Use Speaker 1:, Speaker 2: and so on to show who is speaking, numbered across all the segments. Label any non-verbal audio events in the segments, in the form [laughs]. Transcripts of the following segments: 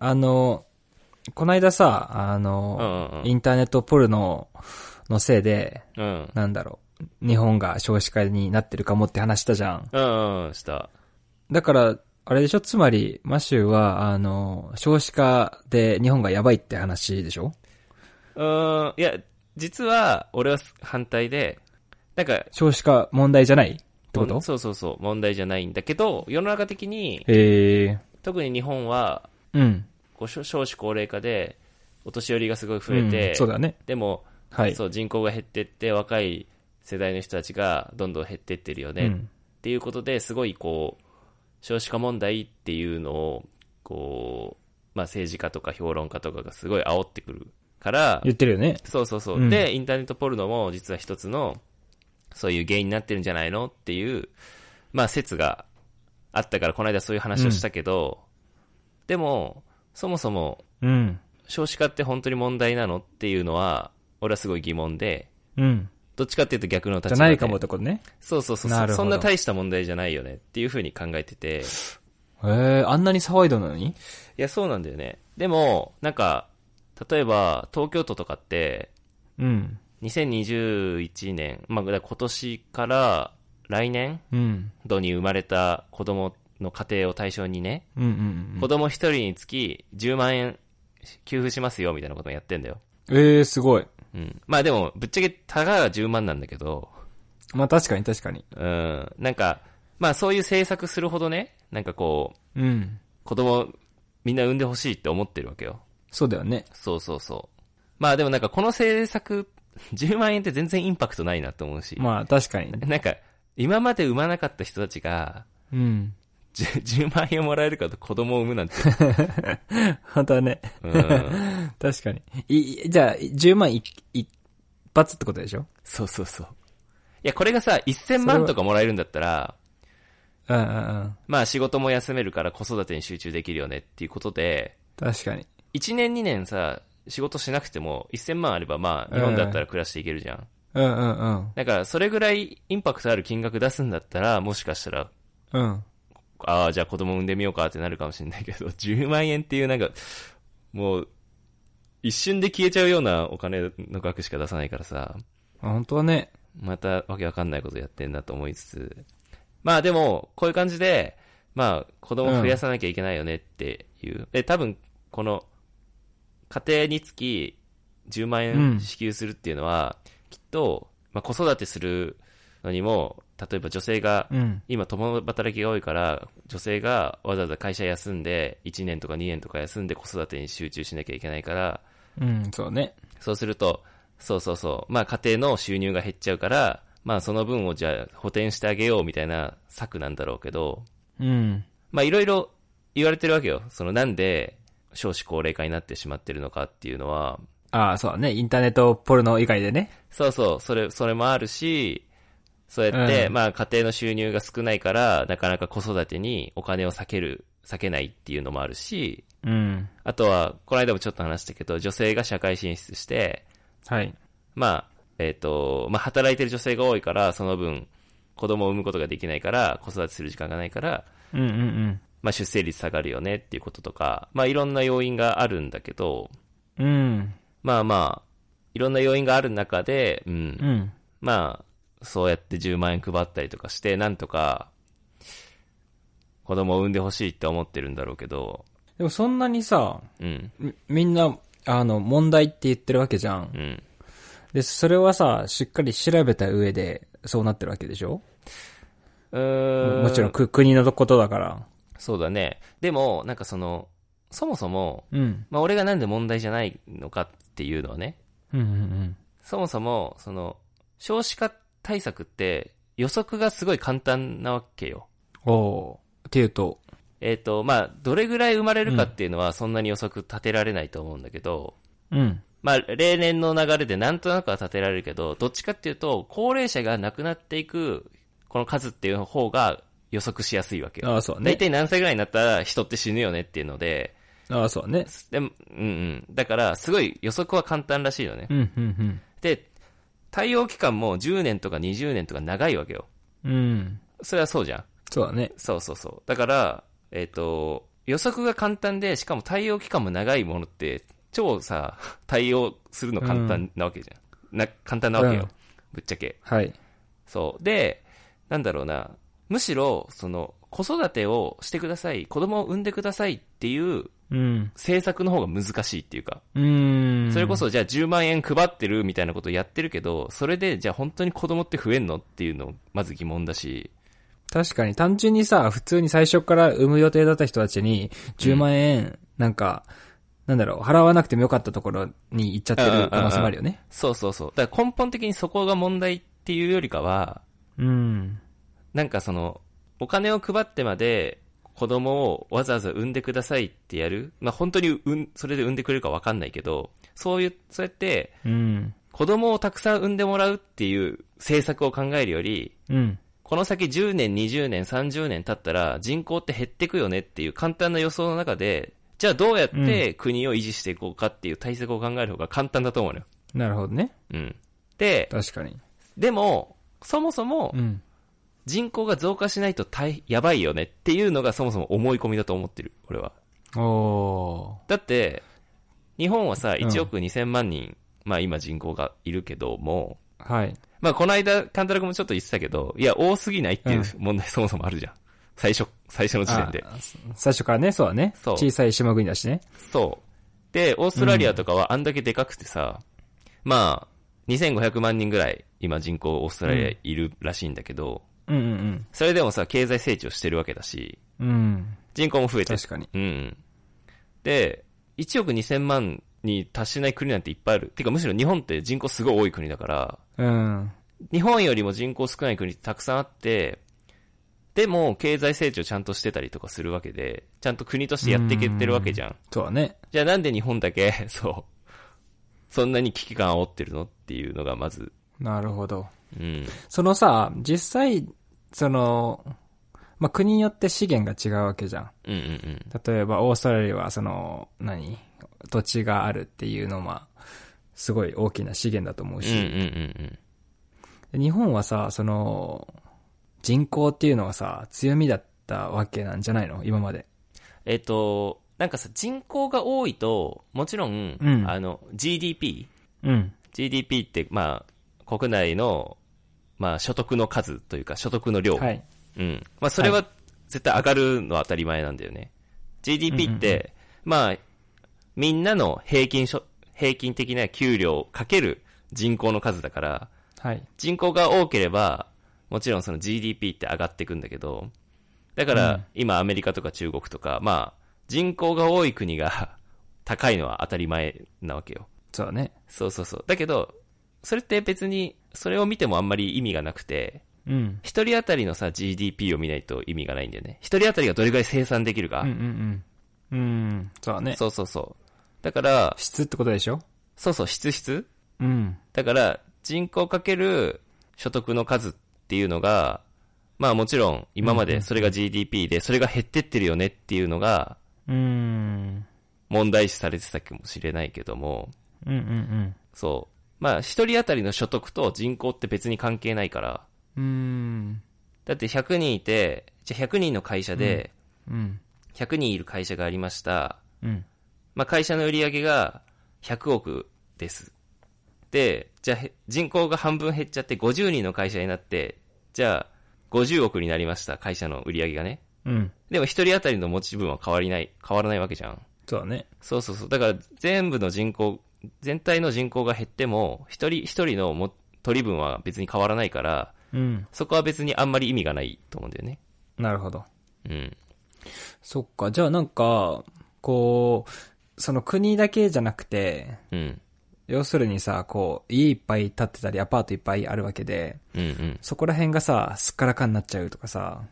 Speaker 1: あの、こないださ、あ
Speaker 2: うん
Speaker 1: の、
Speaker 2: うん
Speaker 1: インターネットポルノのせいで、
Speaker 2: うん。うん。
Speaker 1: なんだろう、日本が少子化になってるかもって話したじゃん。
Speaker 2: うんうん、した。
Speaker 1: だから、あれでしょつまり、マシューは、あの、少子化で日本がやばいって話でしょ
Speaker 2: うーん、いや、実は、俺は反対で、なんか、
Speaker 1: 少子化問題じゃないってこと
Speaker 2: そうそうそう、問題じゃないんだけど、世の中的に、
Speaker 1: え
Speaker 2: 特に日本は、
Speaker 1: ー、うん。
Speaker 2: こう少少子高齢化で、お年寄りがすごい増えて、
Speaker 1: うんそうだね。
Speaker 2: でも、
Speaker 1: はい。
Speaker 2: そう、人口が減ってって、若い世代の人たちがどんどん減ってってるよね、
Speaker 1: う
Speaker 2: っ
Speaker 1: ん。
Speaker 2: ていうことですごい、こう、少子化問題っていうのを、こう、まあ政治家とか評論家とかがすごい煽ってくるから、
Speaker 1: 言ってるよね。
Speaker 2: そうそうそう。
Speaker 1: うん
Speaker 2: で、インターネットポルノも実は一つの、そういう原因になってるんじゃないのっていう、まあ説があったから、この間そういう話をしたけど、でも、そもそも
Speaker 1: うん。
Speaker 2: 少子化って本当に問題なのっていうのは、俺はすごい疑問で、
Speaker 1: うん。
Speaker 2: どっちかっていうと逆の立
Speaker 1: じ
Speaker 2: 場
Speaker 1: ゃな
Speaker 2: で。
Speaker 1: いかもってことね。
Speaker 2: そうそうそう
Speaker 1: な
Speaker 2: そ
Speaker 1: る
Speaker 2: う。
Speaker 1: ほど
Speaker 2: そんな大した問題じゃないよねっていうふうに考えてて。
Speaker 1: えー、あんなに騒いだのに
Speaker 2: いや、そうなんだよね。でも、なんか、例えば東京都とかって、
Speaker 1: うん。
Speaker 2: 2021年、まあ、だから今年から来年
Speaker 1: うん。
Speaker 2: 度に生まれた子供の家庭を対象にね、
Speaker 1: うんうん
Speaker 2: 子供一人につき10万円給付しますよみたいなこともやってんだよ。
Speaker 1: うん。えー、すごい。
Speaker 2: うん。まあでも、ぶっちゃけたかが10万なんだけど、
Speaker 1: まあ確かに確かに。
Speaker 2: うん。なんか、まあそういう政策するほどね、なんかこう、
Speaker 1: うん。
Speaker 2: 子供みんな産んでほしいって思ってるわけよ。
Speaker 1: そうだよね。
Speaker 2: そうそうそう。まあでもなんかこの政策、10万円 [laughs] って全然インパクトないなと思うし。
Speaker 1: まあ確かに。
Speaker 2: [laughs] なんか、今まで産まなかった人たちが、
Speaker 1: うん。
Speaker 2: 10, 10万円もらえるかと子供を産むなんて。
Speaker 1: 本当はね。
Speaker 2: うん。
Speaker 1: [laughs] 確かに。い、いじゃあ、10万い一発ってことでしょ
Speaker 2: [laughs] そうそうそう。いや、これがさ、1000万とかもらえるんだったら、
Speaker 1: うんうんうん。
Speaker 2: まあ仕事も休めるから子育てに集中できるよねっていうことで、
Speaker 1: 確かに。
Speaker 2: 1年2年さ、仕事しなくても1000万あればまあ日本だったら暮らしていけるじゃん。
Speaker 1: うんうんうん。
Speaker 2: だからそれぐらいインパクトある金額出すんだったら、もしかしたら、
Speaker 1: うん。
Speaker 2: ああ、じゃあ子供産んでみようかってなるかもしれないけど、10万 [laughs] 円っていうなんか、もう、一瞬で消えちゃうようなお金の額しか出さないからさ、
Speaker 1: 本当はね。
Speaker 2: またわけわかんないことやってんなと思いつつ、まあでも、こういう感じで、まあ、子供増やさなきゃいけないよねっていう。で、多分、この、家庭につき10万
Speaker 1: う
Speaker 2: 円
Speaker 1: ん
Speaker 2: 支給するっていうのは、きっと、まあ子育てするのにも、例えば女性が
Speaker 1: うん。
Speaker 2: 今、共働きが多いから、女性がわざわざ会社休んで、1年とか2年とか休んで子育てに集中しなきゃいけないから、
Speaker 1: うん、そうね。
Speaker 2: そうすると、そうそうそう、まあ家庭の収入が減っちゃうから、まあその分をじゃあ補填してあげようみたいな策なんだろうけど、
Speaker 1: うん。
Speaker 2: まあいろいろ言われてるわけよ。そのなんで少子高齢化になってしまってるのかっていうのは、
Speaker 1: ああ、そうだね。インターネットポルノ以外でね。
Speaker 2: そうそう、それ、それもあるし、そうやって、
Speaker 1: うん
Speaker 2: まあ家庭の収入が少ないから、なかなか子育てにお金を避ける、避けないっていうのもあるし、
Speaker 1: うん。
Speaker 2: あとは、この間もちょっと話したけど、女性が社会進出して、
Speaker 1: はい。
Speaker 2: まあ、えっ、と、まあ働いてる女性が多いから、その分、子供を産むことができないから、子育てする時間がないから、
Speaker 1: うんうんうん。
Speaker 2: まあ出生率下がるよねっていうこととか、まあいろんな要因があるんだけど、
Speaker 1: うん。
Speaker 2: まあまあ、いろんな要因がある中で、うん
Speaker 1: うん。
Speaker 2: まあ、そうやって10万円配ったりとかして、なんとか、子供を産んでほしいって思ってるんだろうけど、
Speaker 1: でもそんなにさ、
Speaker 2: うん、
Speaker 1: みみんな、あの、問題って言ってるわけじゃん
Speaker 2: う。ん。
Speaker 1: で、それはさ、しっかり調べた上で、そうなってるわけでしょ
Speaker 2: うー
Speaker 1: もちろん、く国のことだから。
Speaker 2: そうだね。でも、なんかその、そもそも、
Speaker 1: うん。
Speaker 2: まあ俺がなんで問題じゃないのかっていうのはね、
Speaker 1: うんうん
Speaker 2: そもそも、その、少子化対策って予測がすごい簡単なわけよ。
Speaker 1: うん。おーっていうと、
Speaker 2: えっ、と、まあ、どれぐらい生まれるかっていうのはそんなに予測立てられないと思うんだけど、
Speaker 1: うん。
Speaker 2: まあ、例年の流れでなんとなくは立てられるけど、どっちかっていうと、高齢者が亡くなっていく、この数っていう方が予測しやすいわけよ。
Speaker 1: ああ、そう
Speaker 2: 大
Speaker 1: ね。
Speaker 2: 体何歳ぐらいになったら人って死ぬよねっていうので、
Speaker 1: ああ、そうね。
Speaker 2: でもうんうん。だから、すごい予測は簡単らしいよね。
Speaker 1: うん、うん、
Speaker 2: で、対応期間も10年とか20年とか長いわけよ。
Speaker 1: うん。うん。
Speaker 2: それはそうじゃん。
Speaker 1: そうだね。
Speaker 2: そうそうそう。だから、えっ、と、予測が簡単で、しかも対応期間も長いものって、超さ、 [laughs] 対応するの簡単なわけじゃん。な、簡単なわけよ。
Speaker 1: うん
Speaker 2: ぶっちゃけ。
Speaker 1: はい。
Speaker 2: そう。で、なんだろうな、むしろ、その、子育てをしてください、子供を産んでくださいっていう
Speaker 1: うん。
Speaker 2: 政策の方が難しいっていうか、
Speaker 1: うーん。
Speaker 2: それこ、そじゃあ10万円配ってるみたいなことやってるけど、それでじゃあ本当に子供って増えんのっていうの、まず疑問だし、
Speaker 1: 確かに単純にさ、普通に最初から産む予定だった人たちに、10万円、なんか、なんだろう、払わなくてもよかったところに行っちゃってる可能性もあるよね。
Speaker 2: そうそうそう。だから根本的にそこが問題っていうよりかは、
Speaker 1: うん。
Speaker 2: なんかその、お金を配ってまで子供をわざわざ産んでくださいってやる。まあ本当に産ん、それで産んでくれるかわかんないけど、そういう、そうやって
Speaker 1: うん。
Speaker 2: 子供をたくさん産んでもらうっていう政策を考えるより、
Speaker 1: うん。
Speaker 2: この先10年、20年、30年経ったら人口って減ってくよねっていう簡単な予想の中で、じゃあどうやって国を維持していこうかっていう対策を考える方が簡単だと思うのよ。
Speaker 1: なるほどね。
Speaker 2: うん。で、
Speaker 1: 確かに。
Speaker 2: でも、そもそも
Speaker 1: うん。
Speaker 2: 人口が増加しないと大、やばいよねっていうのがそもそも思い込みだと思ってる、俺は。
Speaker 1: お
Speaker 2: だって、日本はさ、
Speaker 1: うん
Speaker 2: 1億2000万人、まあ今人口がいるけども、
Speaker 1: ー。はい。
Speaker 2: まあこの間、カンタラ君もちょっと言ってたけど、いや、多すぎないっていううん問題そもそもあるじゃん。最初、最初の時点で。
Speaker 1: あ最初からね、そうだね。
Speaker 2: そう
Speaker 1: 小さい島国だしね。
Speaker 2: そう。で、オーストラリアとかはあんだけでかくてさ、まあ、2500万人ぐらい今人口オーストラリアいるらしいんだけど、
Speaker 1: うんうん
Speaker 2: それでもさ、経済成長してるわけだし、
Speaker 1: うん。うん。
Speaker 2: 人口も増えてる。
Speaker 1: 確かに。
Speaker 2: うんうん。で、1億2000万に達しない国なんていっぱいある。てかむしろ日本って人口すごい多い国だから、
Speaker 1: うん。
Speaker 2: 日本よりも人口少ない国ってたくさんあって、でも経済成長ちゃんとしてたりとかするわけで、ちゃんと国としてやっていけてるわけじゃん。
Speaker 1: そうだね。
Speaker 2: じゃあなんで日本だけ、 [laughs] そう、そんなに危機感煽ってるのっていうのがまず、
Speaker 1: なるほど。
Speaker 2: うん。
Speaker 1: そのさ、実際、その、まあ、国によって資源が違うわけじゃん。
Speaker 2: うんうんうん。
Speaker 1: 例えば、オーストラリアはその、何土地があるっていうのは、すごい大きな資源だと思う
Speaker 2: うんうん
Speaker 1: し、
Speaker 2: うん
Speaker 1: 日本はさ、その、人口っていうのはさ、強みだったわけなんじゃないの今まで。
Speaker 2: えっ、と、なんかさ、人口が多いと、もちろん、
Speaker 1: うん
Speaker 2: あの、GDP、
Speaker 1: うん。
Speaker 2: GDP って、まあ、国内の、まあ、所得の数というか、所得の量。
Speaker 1: はい。
Speaker 2: うん。まあ、それ
Speaker 1: は
Speaker 2: は絶対上がるのは当たり前なんだよね。GDP って、まあ、みんなの平均所、平均的な給料かける人口の数だから、
Speaker 1: はい。
Speaker 2: 人口が多ければ、もちろんその GDP って上がっていくんだけど、だから、
Speaker 1: うん
Speaker 2: 今アメリカとか中国とか、まあ、人口が多い国が [laughs] 高いのは当たり前なわけよ。
Speaker 1: そうだね。
Speaker 2: そうそうそう。だけど、それって別に、それを見てもあんまり意味がなくて、
Speaker 1: うん。
Speaker 2: 一人当たりのさ、GDP を見ないと意味がないんだよね。一人当たりがどれぐらい生産できるか。
Speaker 1: うんうんうん。うん。そうだね。
Speaker 2: そうそうそう。だから、
Speaker 1: 質ってことでしょ
Speaker 2: そうそう、質質
Speaker 1: うん。
Speaker 2: だから、人口かける所得の数っていうのが、まあもちろん、今までそれが GDP で、それが減ってってるよねっていうのが、
Speaker 1: うーん。
Speaker 2: 問題視されてたかもしれないけども、
Speaker 1: うんうんうん。
Speaker 2: そう。まあ、一人当たりの所得と人口って別に関係ないから、
Speaker 1: うーん。
Speaker 2: だって100人いて、じゃあ100人の会社で、
Speaker 1: うん。
Speaker 2: 100人いる会社がありました。
Speaker 1: うん。
Speaker 2: まあ、会社の売り上げが100億です。で、じゃあへ人口が半分減っちゃって50人の会社になって、じゃあ50億になりました、会社の売り上げがね。
Speaker 1: うん。
Speaker 2: でも一人当たりの持ち分は変わりない、変わらないわけじゃん。
Speaker 1: そうだね。
Speaker 2: そうそうそう。だから全部の人口、全体の人口が減っても、一人一人のも取り分は別に変わらないから、
Speaker 1: うん。
Speaker 2: そこは別にあんまり意味がないと思うんだよね。
Speaker 1: なるほど。
Speaker 2: うん。
Speaker 1: そっか。じゃあなんか、こう、その国だけじゃなくて、
Speaker 2: うん。
Speaker 1: 要するにさ、こう、家いっぱい建ってたり、アパートいっぱいあるわけで、
Speaker 2: うんうん。
Speaker 1: そこら辺がさ、すっからかになっちゃうとかさ、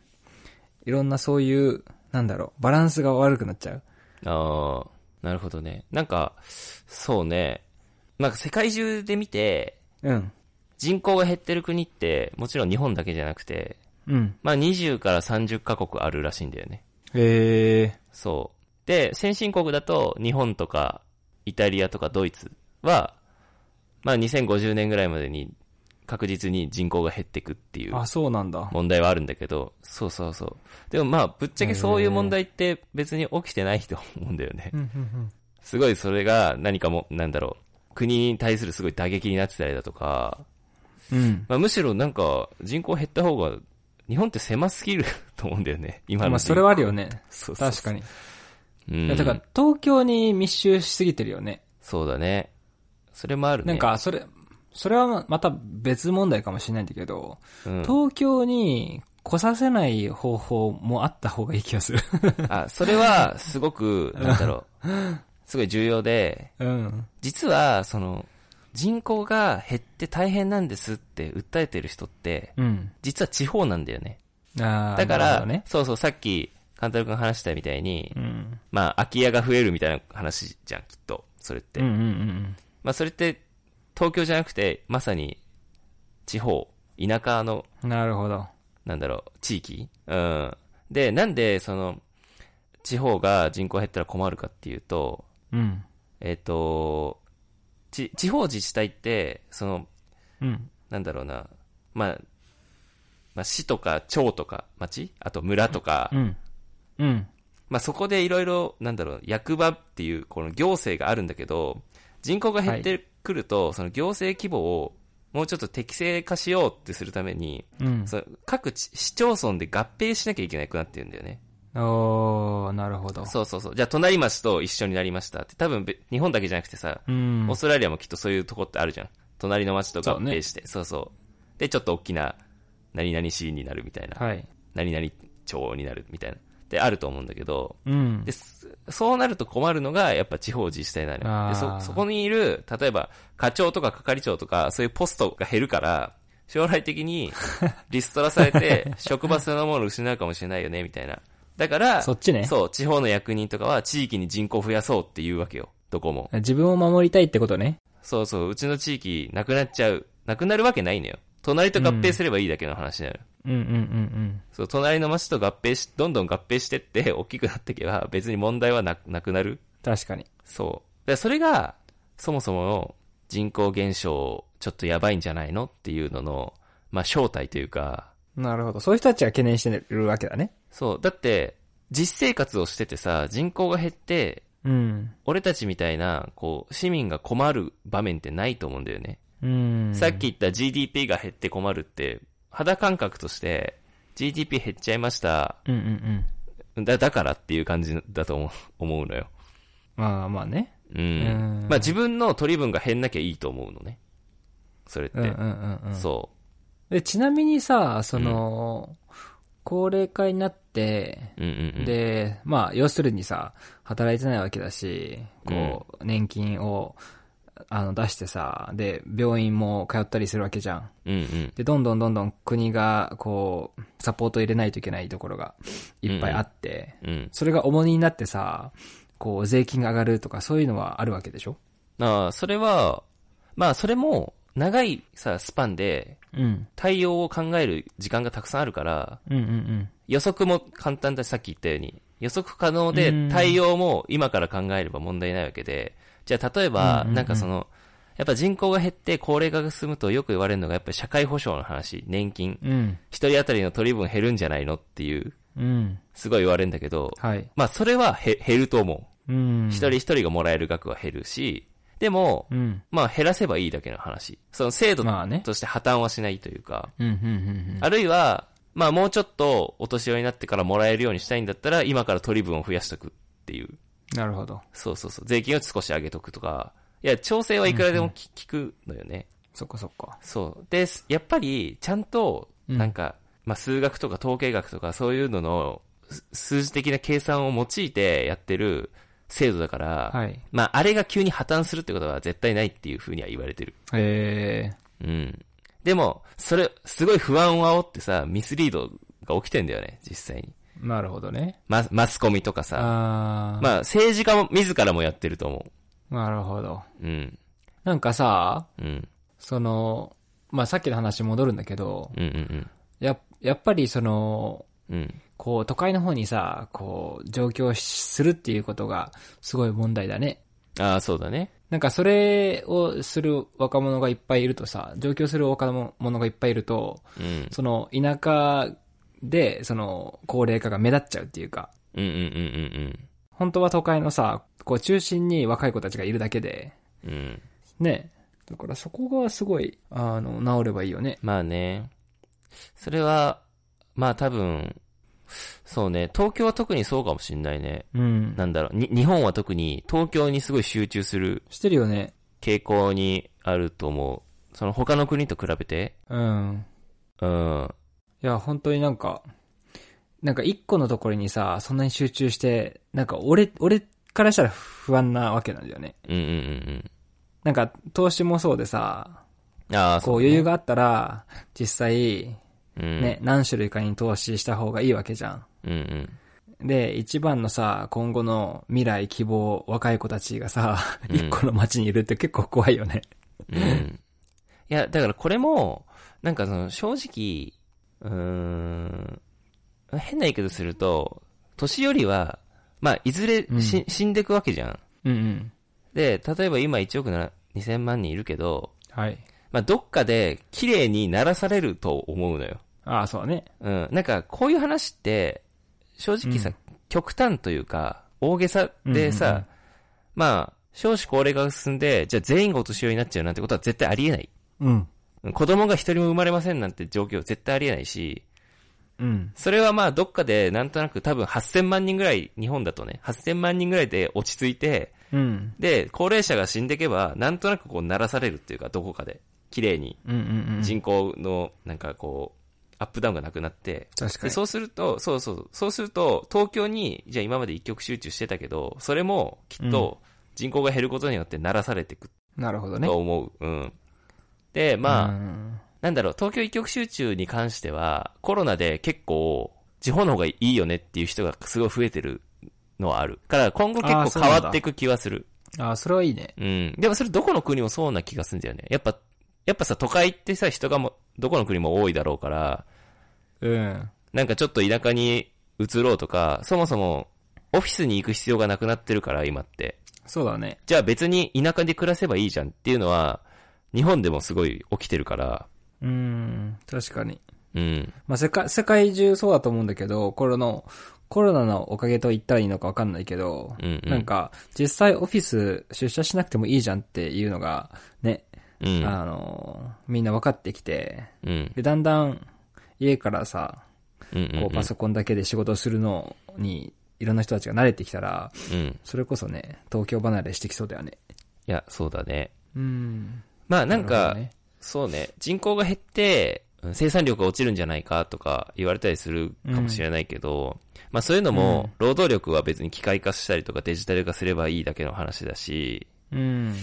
Speaker 1: いろんなそういう、なんだろう、バランスが悪くなっちゃう。
Speaker 2: ああ、なるほどね。なんか、そうね。なんか世界中で見て、
Speaker 1: うん。
Speaker 2: 人口が減ってる国って、もちろん日本だけじゃなくて、
Speaker 1: うん。
Speaker 2: まあ20から30カ国あるらしいんだよね。
Speaker 1: へえ。
Speaker 2: そう。で、先進国だと日本とかイタリアとかドイツは、まあ2050年ぐらいまでに確実に人口が減っていくっていう
Speaker 1: あ、そうなんだ。
Speaker 2: 問題はあるんだけど、そうそうそう。でもまあ、ぶっちゃけそういう問題って別に起きてないと思うんだよね
Speaker 1: う。んうん
Speaker 2: すごいそれが何かも、なんだろう、国に対するすごい打撃になってたりだとか、
Speaker 1: うん。うん。
Speaker 2: まあ、むしろなんか人口減った方が、日本って狭すぎると思うんだよ
Speaker 1: [laughs]
Speaker 2: ね。今の人口。
Speaker 1: まあ、それはあるよね。
Speaker 2: そうそう
Speaker 1: 確かに。
Speaker 2: に
Speaker 1: いやだから、東京に密集しすぎてるよね。
Speaker 2: そうだね。それもあるね。
Speaker 1: なん、か、それ、それはまた別問題かもしれないんだけど、
Speaker 2: うん、
Speaker 1: 東京に来させない方法もあった方がいい気が
Speaker 2: [laughs]
Speaker 1: する。
Speaker 2: あ、それは、すごく、なんだろう。すごい重要で、
Speaker 1: うん。
Speaker 2: 実は、その、人口が減って大変なんですって訴えてる人って、
Speaker 1: うん。
Speaker 2: 実は地方なんだよね。
Speaker 1: あー
Speaker 2: だ
Speaker 1: な
Speaker 2: か
Speaker 1: る
Speaker 2: ら、
Speaker 1: ほどね。
Speaker 2: そうそう、さっき、監督が話したみたいに、
Speaker 1: うん。
Speaker 2: まあ、空き家が増えるみたいな話じゃん、きっと。それって。
Speaker 1: うんうんうん
Speaker 2: まあ、それって、東京じゃなくて、まさに、地方、田舎の
Speaker 1: うん。なるほど。
Speaker 2: なんだろう、地域うん。で、なんで、その、地方が人口減ったら困るかっていうと、
Speaker 1: うん。
Speaker 2: えっ、と、ち、地方自治体って、その、
Speaker 1: うん。
Speaker 2: なんだろうな、まあ、まあ、市とか町とか町あと村とか、
Speaker 1: うん。うん。
Speaker 2: まあ、そこでいろいろ、なんだろう、役場っていう、この行政があるんだけど、人口が減ってくると、その行政規模をもうちょっと適正化しようってするために、
Speaker 1: うん。
Speaker 2: その各地市町村で合併しなきゃいけなくなってるんだよね。
Speaker 1: おー、なるほど。
Speaker 2: そうそうそう。じゃあ、隣町と一緒になりましたって、多分べ、日本だけじゃなくてさ、
Speaker 1: うん
Speaker 2: オー。ストラリアもきっとそういうとこってあるじゃん。隣の町と合
Speaker 1: そうね
Speaker 2: 併して、そう,、そうで、ちょっと大きな、何々市になるみたいな、
Speaker 1: はい。
Speaker 2: 何々町になるみたいな、で、あると思うんだけど、
Speaker 1: うん
Speaker 2: で。すそうなると困るのが、やっぱ地方自治体なのよ。で
Speaker 1: あー
Speaker 2: そ、そこにいる、例えば、課長とか係長とか、そういうポストが減るから、将来的
Speaker 1: [laughs]
Speaker 2: にリストラされて、職場そのものを失うかもしれないよね、みたいな。だから、
Speaker 1: そっちね
Speaker 2: そう、地方の役人とかは地域に人口を増やそうっていうわけよ。どこも。
Speaker 1: 自分を守りたいってことね。
Speaker 2: そうそう、うちの地域なくなっちゃう。なくなるわけないのよ。隣と合併すればいいだけの話なのよ。
Speaker 1: うんうんうん
Speaker 2: そう、隣の町と合併し、どんどん合併してって、大きくなっていけば、別に問題はなくなくなる。
Speaker 1: うん。確かに。
Speaker 2: そう。で、それが、そもそもの人口減少、ちょっとやばいんじゃないのっていうのの、まあ、正体というか、
Speaker 1: なるほど。そういう人たちが懸念してるわけだね。
Speaker 2: そう。だって、実生活をしててさ、人口が減って、
Speaker 1: うん。
Speaker 2: 俺たちみたいな、こう、市民が困る場面ってないと思うんだよね。
Speaker 1: うん。
Speaker 2: さっき言った GDP が減って困るって、肌感覚として、GDP 減っちゃいました。
Speaker 1: うんうんうん。
Speaker 2: だ、だからっていう感じだと思う、思うのよ。
Speaker 1: まあまあね。
Speaker 2: うん。
Speaker 1: うん
Speaker 2: まあ自分の取り分が減んなきゃいいと思うのね。それって。
Speaker 1: うんうんうんうん。
Speaker 2: そ
Speaker 1: で、ちなみにさ、その、高齢化になって、
Speaker 2: う。うんうんうん。
Speaker 1: で、まあ、要するにさ、働いてないわけだし、こう、年金を、あの、出してさ、で、病院も通ったりするわけじゃん。
Speaker 2: うんうん。
Speaker 1: で、どんどんどんどん国が、こう、サポート入れないといけないところがいっぱいあって、
Speaker 2: うん。
Speaker 1: それが重荷になってさ、こう、税金が上がるとか、そういうのはあるわけでしょ
Speaker 2: ああ、それは、まあそれも、長いさ、スパンで、
Speaker 1: うん。
Speaker 2: 対応を考える時間がたくさんあるから、
Speaker 1: うんうんうん。
Speaker 2: 予測も簡単だし、さっき言ったように。予測可能
Speaker 1: うん
Speaker 2: で、対応も今から考えれば問題ないわけで、じゃあ例え
Speaker 1: うん
Speaker 2: ば、
Speaker 1: うんうん
Speaker 2: なんかその、やっぱ人口が減って高齢化が進むとよく言われるのが、やっぱり社会保障の話、年金。
Speaker 1: うん。
Speaker 2: 一人当たりの取り分減るんじゃないのっていう、
Speaker 1: うん。
Speaker 2: すごい言われるんだけど、
Speaker 1: はい。
Speaker 2: まあそれはへ減ると思う。
Speaker 1: うん。
Speaker 2: 一人一人がもらえる額は減るし、でも、
Speaker 1: うん。
Speaker 2: まあ減らせばいいだけの話。その制度
Speaker 1: まあね。
Speaker 2: として破綻はしないというか、
Speaker 1: うん、うん、うん。
Speaker 2: あるいは、まあもうちょっとお年寄りになってからもらえるようにしたいんだったら、今から取り分を増やしとくっていう。
Speaker 1: なるほど。
Speaker 2: そうそうそう。税金を少し上げとくとか。いや、調整はいくらでもき効、くのよね。
Speaker 1: そっかそっか。
Speaker 2: そう。で、すやっぱり、ちゃんと、
Speaker 1: うん
Speaker 2: なんか、まあ数学とか統計学とかそういうののす数字的な計算を用いてやってる制度だから、
Speaker 1: はい。
Speaker 2: まあ、あれが急に破綻するってことは絶対ないっていうふうには言われてる。
Speaker 1: え
Speaker 2: うん。でも、それ、すごい不安を煽ってさ、ミスリードが起きてんだよね、実際に。
Speaker 1: ー、なるほどね。
Speaker 2: マスマスコミとかさ。
Speaker 1: あ
Speaker 2: まあ、政治家も自らもやってると思
Speaker 1: あ、なるほど。
Speaker 2: う。うん。
Speaker 1: なんかさ、
Speaker 2: うん。
Speaker 1: その、まあ、さっきの話に戻るんだけど、
Speaker 2: うんうん
Speaker 1: や、やっぱりその、
Speaker 2: うん。うん。
Speaker 1: こう、都会の方にさ、こう、上京しするっていうことが、すごい問題だね。
Speaker 2: ああ、そうだね。
Speaker 1: なんかそれをする若者がいっぱいいるとさ、上京する若者がいっぱいいると、
Speaker 2: うん。
Speaker 1: その田舎で、その高齢化が目立っちゃうっていうか、
Speaker 2: うんうんうん
Speaker 1: 本当は都会のさ、こう中心に若い子たちがいるだけで、
Speaker 2: うんうん。うん。
Speaker 1: ね。だからそこがすごい、あの、治ればいいよね。
Speaker 2: まあね。それは、まあ多分、そうね。東京は特にそうかもしんないね。
Speaker 1: うん。
Speaker 2: なんだろう。に日本は特に東京にすごい集中する
Speaker 1: してるよね。
Speaker 2: 傾向にあると思う。その他の国と比べて。
Speaker 1: うん。
Speaker 2: うん。
Speaker 1: いや、本当になんか、なんか一個のところにさ、そんなに集中して、なんか俺、俺からしたら不安なわけなんだよね。
Speaker 2: うんうんうん
Speaker 1: なんか投資もそうでさ、
Speaker 2: うん。ああ、
Speaker 1: こう
Speaker 2: そう、ね。
Speaker 1: 余裕があったら、実際、
Speaker 2: うん。
Speaker 1: ね、何種類かに投資した方がいいわけじゃん。
Speaker 2: うんうん。
Speaker 1: で、一番のさ、今後の未来、希望、若い子たちがさ、
Speaker 2: うん
Speaker 1: 一個の街にいるって結構怖いよね。
Speaker 2: うん。いや、だからこれも、なんかその、正直、うーん、変な言い方すると、年寄りは、まあ、いずれし、
Speaker 1: うん
Speaker 2: 死んでくわけじゃん。
Speaker 1: うんうん。
Speaker 2: で、例えば今1億な2000万人いるけど、
Speaker 1: はい。
Speaker 2: まあ、どっかで綺麗にならされると思うのよ。
Speaker 1: ああ、そうだね。
Speaker 2: うん。なんか、こういう話って、正直さ、
Speaker 1: うん
Speaker 2: 極端というか、大げさでさ、
Speaker 1: うんうんうん
Speaker 2: まあ、少子高齢化が進んで、じゃあ全員がお年寄りになっちゃうなんてことは絶対ありえない。
Speaker 1: うん。
Speaker 2: 子供が一人も生まれませんなんて状況絶対ありえないし、
Speaker 1: うん。
Speaker 2: それはまあどっかでなんとなく多分8000万人ぐらい、日本だとね、8000万人ぐらいで落ち着いて、
Speaker 1: うん。
Speaker 2: で、高齢者が死んでいけば、なんとなくこう鳴らされるっていうか、どこかで、綺麗に
Speaker 1: うんうんうん。
Speaker 2: 人口のなんかこう、アップダウンがなくなって、
Speaker 1: 確か
Speaker 2: で
Speaker 1: に。
Speaker 2: そうすると、そうそうそう、そうすると、東京に、じゃあ今まで一極集中してたけど、それもきっと人口が減ることによって鳴らされていく
Speaker 1: なるほどね。
Speaker 2: と思う。うん。で、まあ、
Speaker 1: うん
Speaker 2: なんだろう、東京一極集中に関しては、コロナで結構、地方の方がいいよねっていう人がすごい増えてるのはある。から今後結
Speaker 1: あー
Speaker 2: 構
Speaker 1: そうなんだ
Speaker 2: 変わっていく気はする。
Speaker 1: ああ、それはいいね。
Speaker 2: うん。でもそれどこの国もそうな気がするんだよね。やっぱ、やっぱさ、都会ってさ、人がも、どこの国も多いだろうから、
Speaker 1: うん。
Speaker 2: なんかちょっと田舎に移ろうとか、そもそも、オフィスに行く必要がなくなってるから、今って。
Speaker 1: そうだね。
Speaker 2: じゃあ別に田舎で暮らせばいいじゃんっていうのは、日本でもすごい起きてるから、
Speaker 1: うん。確かに。
Speaker 2: うん。
Speaker 1: まあ、世界、世界中そうだと思うんだけど、コロナ、コロナのおかげと言ったらいいのかわかんないけど、
Speaker 2: うん、うん。
Speaker 1: なん、か、実際オフィス出社しなくてもいいじゃんっていうのが、ね、
Speaker 2: うん。
Speaker 1: あの、みんな分かってきて、
Speaker 2: うん。
Speaker 1: で、だんだん家からさ、
Speaker 2: うんうんうん
Speaker 1: こうパソコンだけで仕事をするのに、いろんな人たちが慣れてきたら、
Speaker 2: うん。い
Speaker 1: それこそね、東京離れしてきそうだよね。
Speaker 2: や、そうだね。
Speaker 1: うん。
Speaker 2: まあなん
Speaker 1: るほ
Speaker 2: か、
Speaker 1: どね
Speaker 2: そうね、人口が減って、うん生産量が落ちるんじゃないかとか言われたりするかもしれないけど、まあそういうのも、労働力は別に機械化したりとかデジタル化すればいいだけの話だし、
Speaker 1: うん。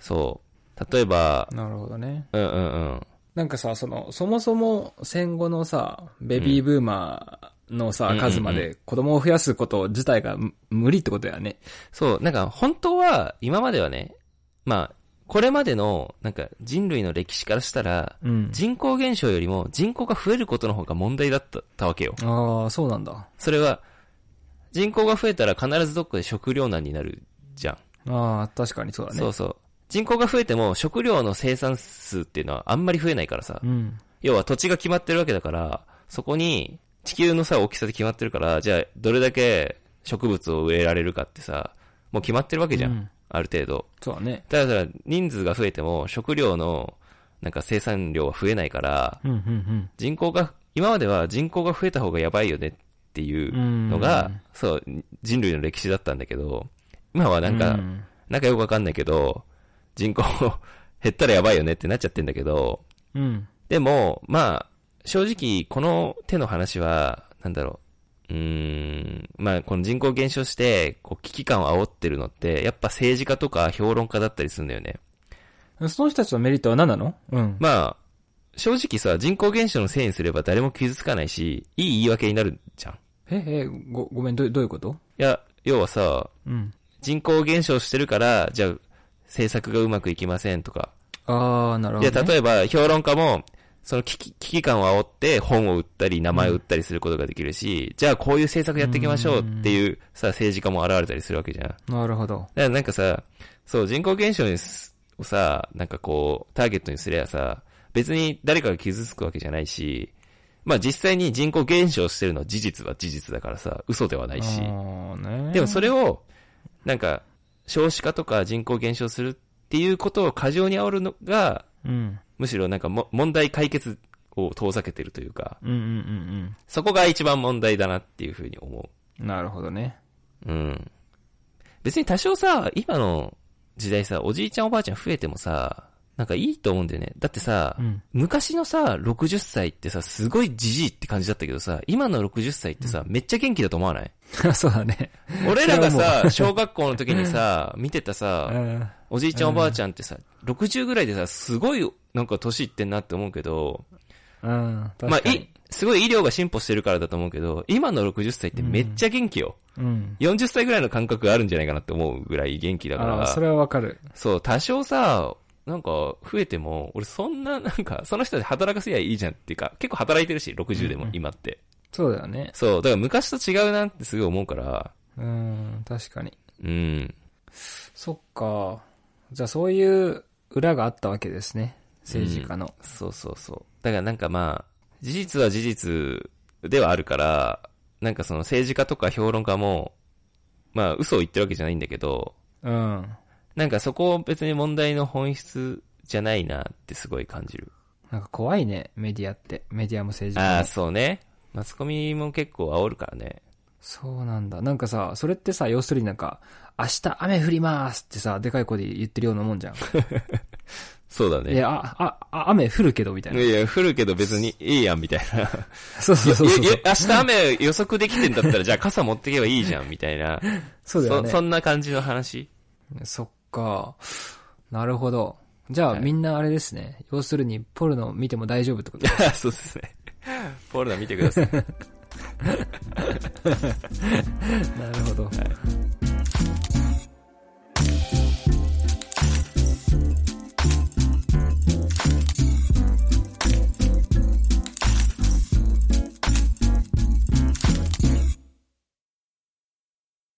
Speaker 2: そう。例えば、
Speaker 1: なるほどね。
Speaker 2: うんうんうん。
Speaker 1: なんかさ、その、そもそも戦後のさ、ベビーブーマーのさ、
Speaker 2: うん
Speaker 1: 数ま
Speaker 2: うん
Speaker 1: で子供を増やすこと自体がむ無理ってことだよね。
Speaker 2: そう、なんか本当は、今まではね、まあ、これまでの、なんか人類の歴史からしたら、
Speaker 1: うん
Speaker 2: 人口減少よりも人口が増えることの方が問題だったたわけよ。
Speaker 1: ああ、そうなんだ。
Speaker 2: それは、人口が増えたら必ずどっかで食糧難になるじゃん。
Speaker 1: ああ、確かにそうだね。
Speaker 2: そうそう。人口が増えても食料の生産数っていうのはあんまり増えないからさ。
Speaker 1: うん。
Speaker 2: 要は土地が決まってるわけだから、そこに地球のさ、大きさで決まってるから、じゃあどれだけ植物を植えられるかってさ、もう決まってるわけじゃん。
Speaker 1: うん
Speaker 2: ある程度。
Speaker 1: そうだね。
Speaker 2: だから人数が増えても食料のなんか生産量は増えないから、
Speaker 1: うん、うん、
Speaker 2: 人口が、今までは人口が増えた方がやばいよねっていうのが、
Speaker 1: うん
Speaker 2: そう、人類の歴史だったんだけど、今は
Speaker 1: うん。
Speaker 2: なんか、
Speaker 1: うん
Speaker 2: なんかよくわかんないけど、人口減ったらやばいよねってなっちゃってんだけど、
Speaker 1: うん。
Speaker 2: でも、まあ、正直、この手の話は、なんだろう。うーん、まあ、この人口減少して、こう、危機感を煽ってるのって、やっぱ政治家とか評論家だったりするんだよね。
Speaker 1: その人たちのメリットは何なのうん。
Speaker 2: まあ、正直さ、人口減少のせいにすれば誰も傷つかないし、いい言い訳になるじゃん。い
Speaker 1: え、え、ご、ごめん、どう、どういうこと
Speaker 2: や、要はさ、
Speaker 1: うん。
Speaker 2: 人口減少してるから、じゃあ、政策がうまくいきませんとか。
Speaker 1: ああ、なるほ
Speaker 2: い
Speaker 1: ど、
Speaker 2: や、
Speaker 1: ね。
Speaker 2: 例えば、評論家も、その危機危機感を煽って本を売ったり名前を売ったりすることができるし、じゃあこういう政策やっていきましょうっていうさ、政治家も現れたりするわけじゃん。だか
Speaker 1: なるほど。
Speaker 2: らなんかさ、そう、人口減少にすをさ、なんかこう、ターゲットにすればさ、別に誰かが傷つくわけじゃないし、まあ実際に人口減少してるのは事実は事実だからさ、嘘ではないし。
Speaker 1: あーね
Speaker 2: でもそれを、なんか、少子化とか人口減少するっていうことを過剰に煽るのが、
Speaker 1: うん。
Speaker 2: むしろなんかも問題解決を遠ざけてるというか、
Speaker 1: うんうんうん
Speaker 2: そこが一番問題だなっていうふうに思
Speaker 1: うん。なるほどね。
Speaker 2: う。うん。別に多少さ、今の時代さ、おじいちゃんおばあちゃん増えてもさ、なんかいいと思うんだよね。だってさ、
Speaker 1: うん。
Speaker 2: 昔のさ、60歳ってさ、すごいじじいって感じだったけどさ、今の60歳ってさ、めっちゃ元気だと思わない
Speaker 1: [laughs] そうだね。
Speaker 2: 俺らがさ、小学校の時
Speaker 1: [laughs]
Speaker 2: にさ、見てたさ、
Speaker 1: うん
Speaker 2: おじいちゃんおばあちゃんってさ、60ぐらいでさ、すごい、なんか年いってんなって思うけど、
Speaker 1: うん。
Speaker 2: ま
Speaker 1: 確
Speaker 2: あ、
Speaker 1: かに
Speaker 2: い、すごい医療が進歩してるからだと思うけど、今の60歳ってめっちゃ元気よ。
Speaker 1: うん。
Speaker 2: 40歳ぐらいの感覚があるんじゃないかなって思うぐらい元気だか
Speaker 1: あ
Speaker 2: ら、
Speaker 1: あ、そ
Speaker 2: そ
Speaker 1: れはわかる。
Speaker 2: う、多少さ、なんか、増えても、俺そんな、なんか、 [laughs] その人で働かせりゃいいじゃんっていうか、結構働いてるし、60でも、今って。
Speaker 1: そうだよね。
Speaker 2: そう、だから昔と違うなってすごい思うから、
Speaker 1: うん、確かに。
Speaker 2: うん。
Speaker 1: そっか。じゃあそういう裏があったわけですね。政治家の。
Speaker 2: そうそうそう。だからなんかまあ、事実は事実ではあるから、なんかその政治家とか評論家も、まあ嘘を言ってるわけじゃないんだけど、
Speaker 1: うん。
Speaker 2: なんかそこを別に問題の本質じゃないなってすごい感じる。
Speaker 1: なんか怖いね、メディアって。メディアも政治
Speaker 2: あ
Speaker 1: 家
Speaker 2: あ、
Speaker 1: も。
Speaker 2: そうね。マスコミも結構煽るからね。
Speaker 1: そうなんだ。なんかさ、それってさ、要するになんか、明日雨降りますってさ、でかい声で言ってるようなもんじ
Speaker 2: [laughs]
Speaker 1: ゃん。
Speaker 2: そうだ
Speaker 1: い
Speaker 2: ね。
Speaker 1: や、あ、あ、あ雨降るけどみたい
Speaker 2: い
Speaker 1: な。
Speaker 2: や、降るけど別にいいやんみたいな。
Speaker 1: そう [laughs] そうそうそう
Speaker 2: いやいや明日雨予測できてんだったらじゃあ傘持ってけばいいじゃんみたいな。
Speaker 1: [laughs] そうだよね。
Speaker 2: そそんな感じの話。 [laughs]
Speaker 1: そっか。なるほど。じゃあ、
Speaker 2: はい
Speaker 1: みんなあれですね。要するに、ポルノ見ても大丈夫ってこと
Speaker 2: そうですね。ポールナ見てください。
Speaker 1: [laughs] なるほど。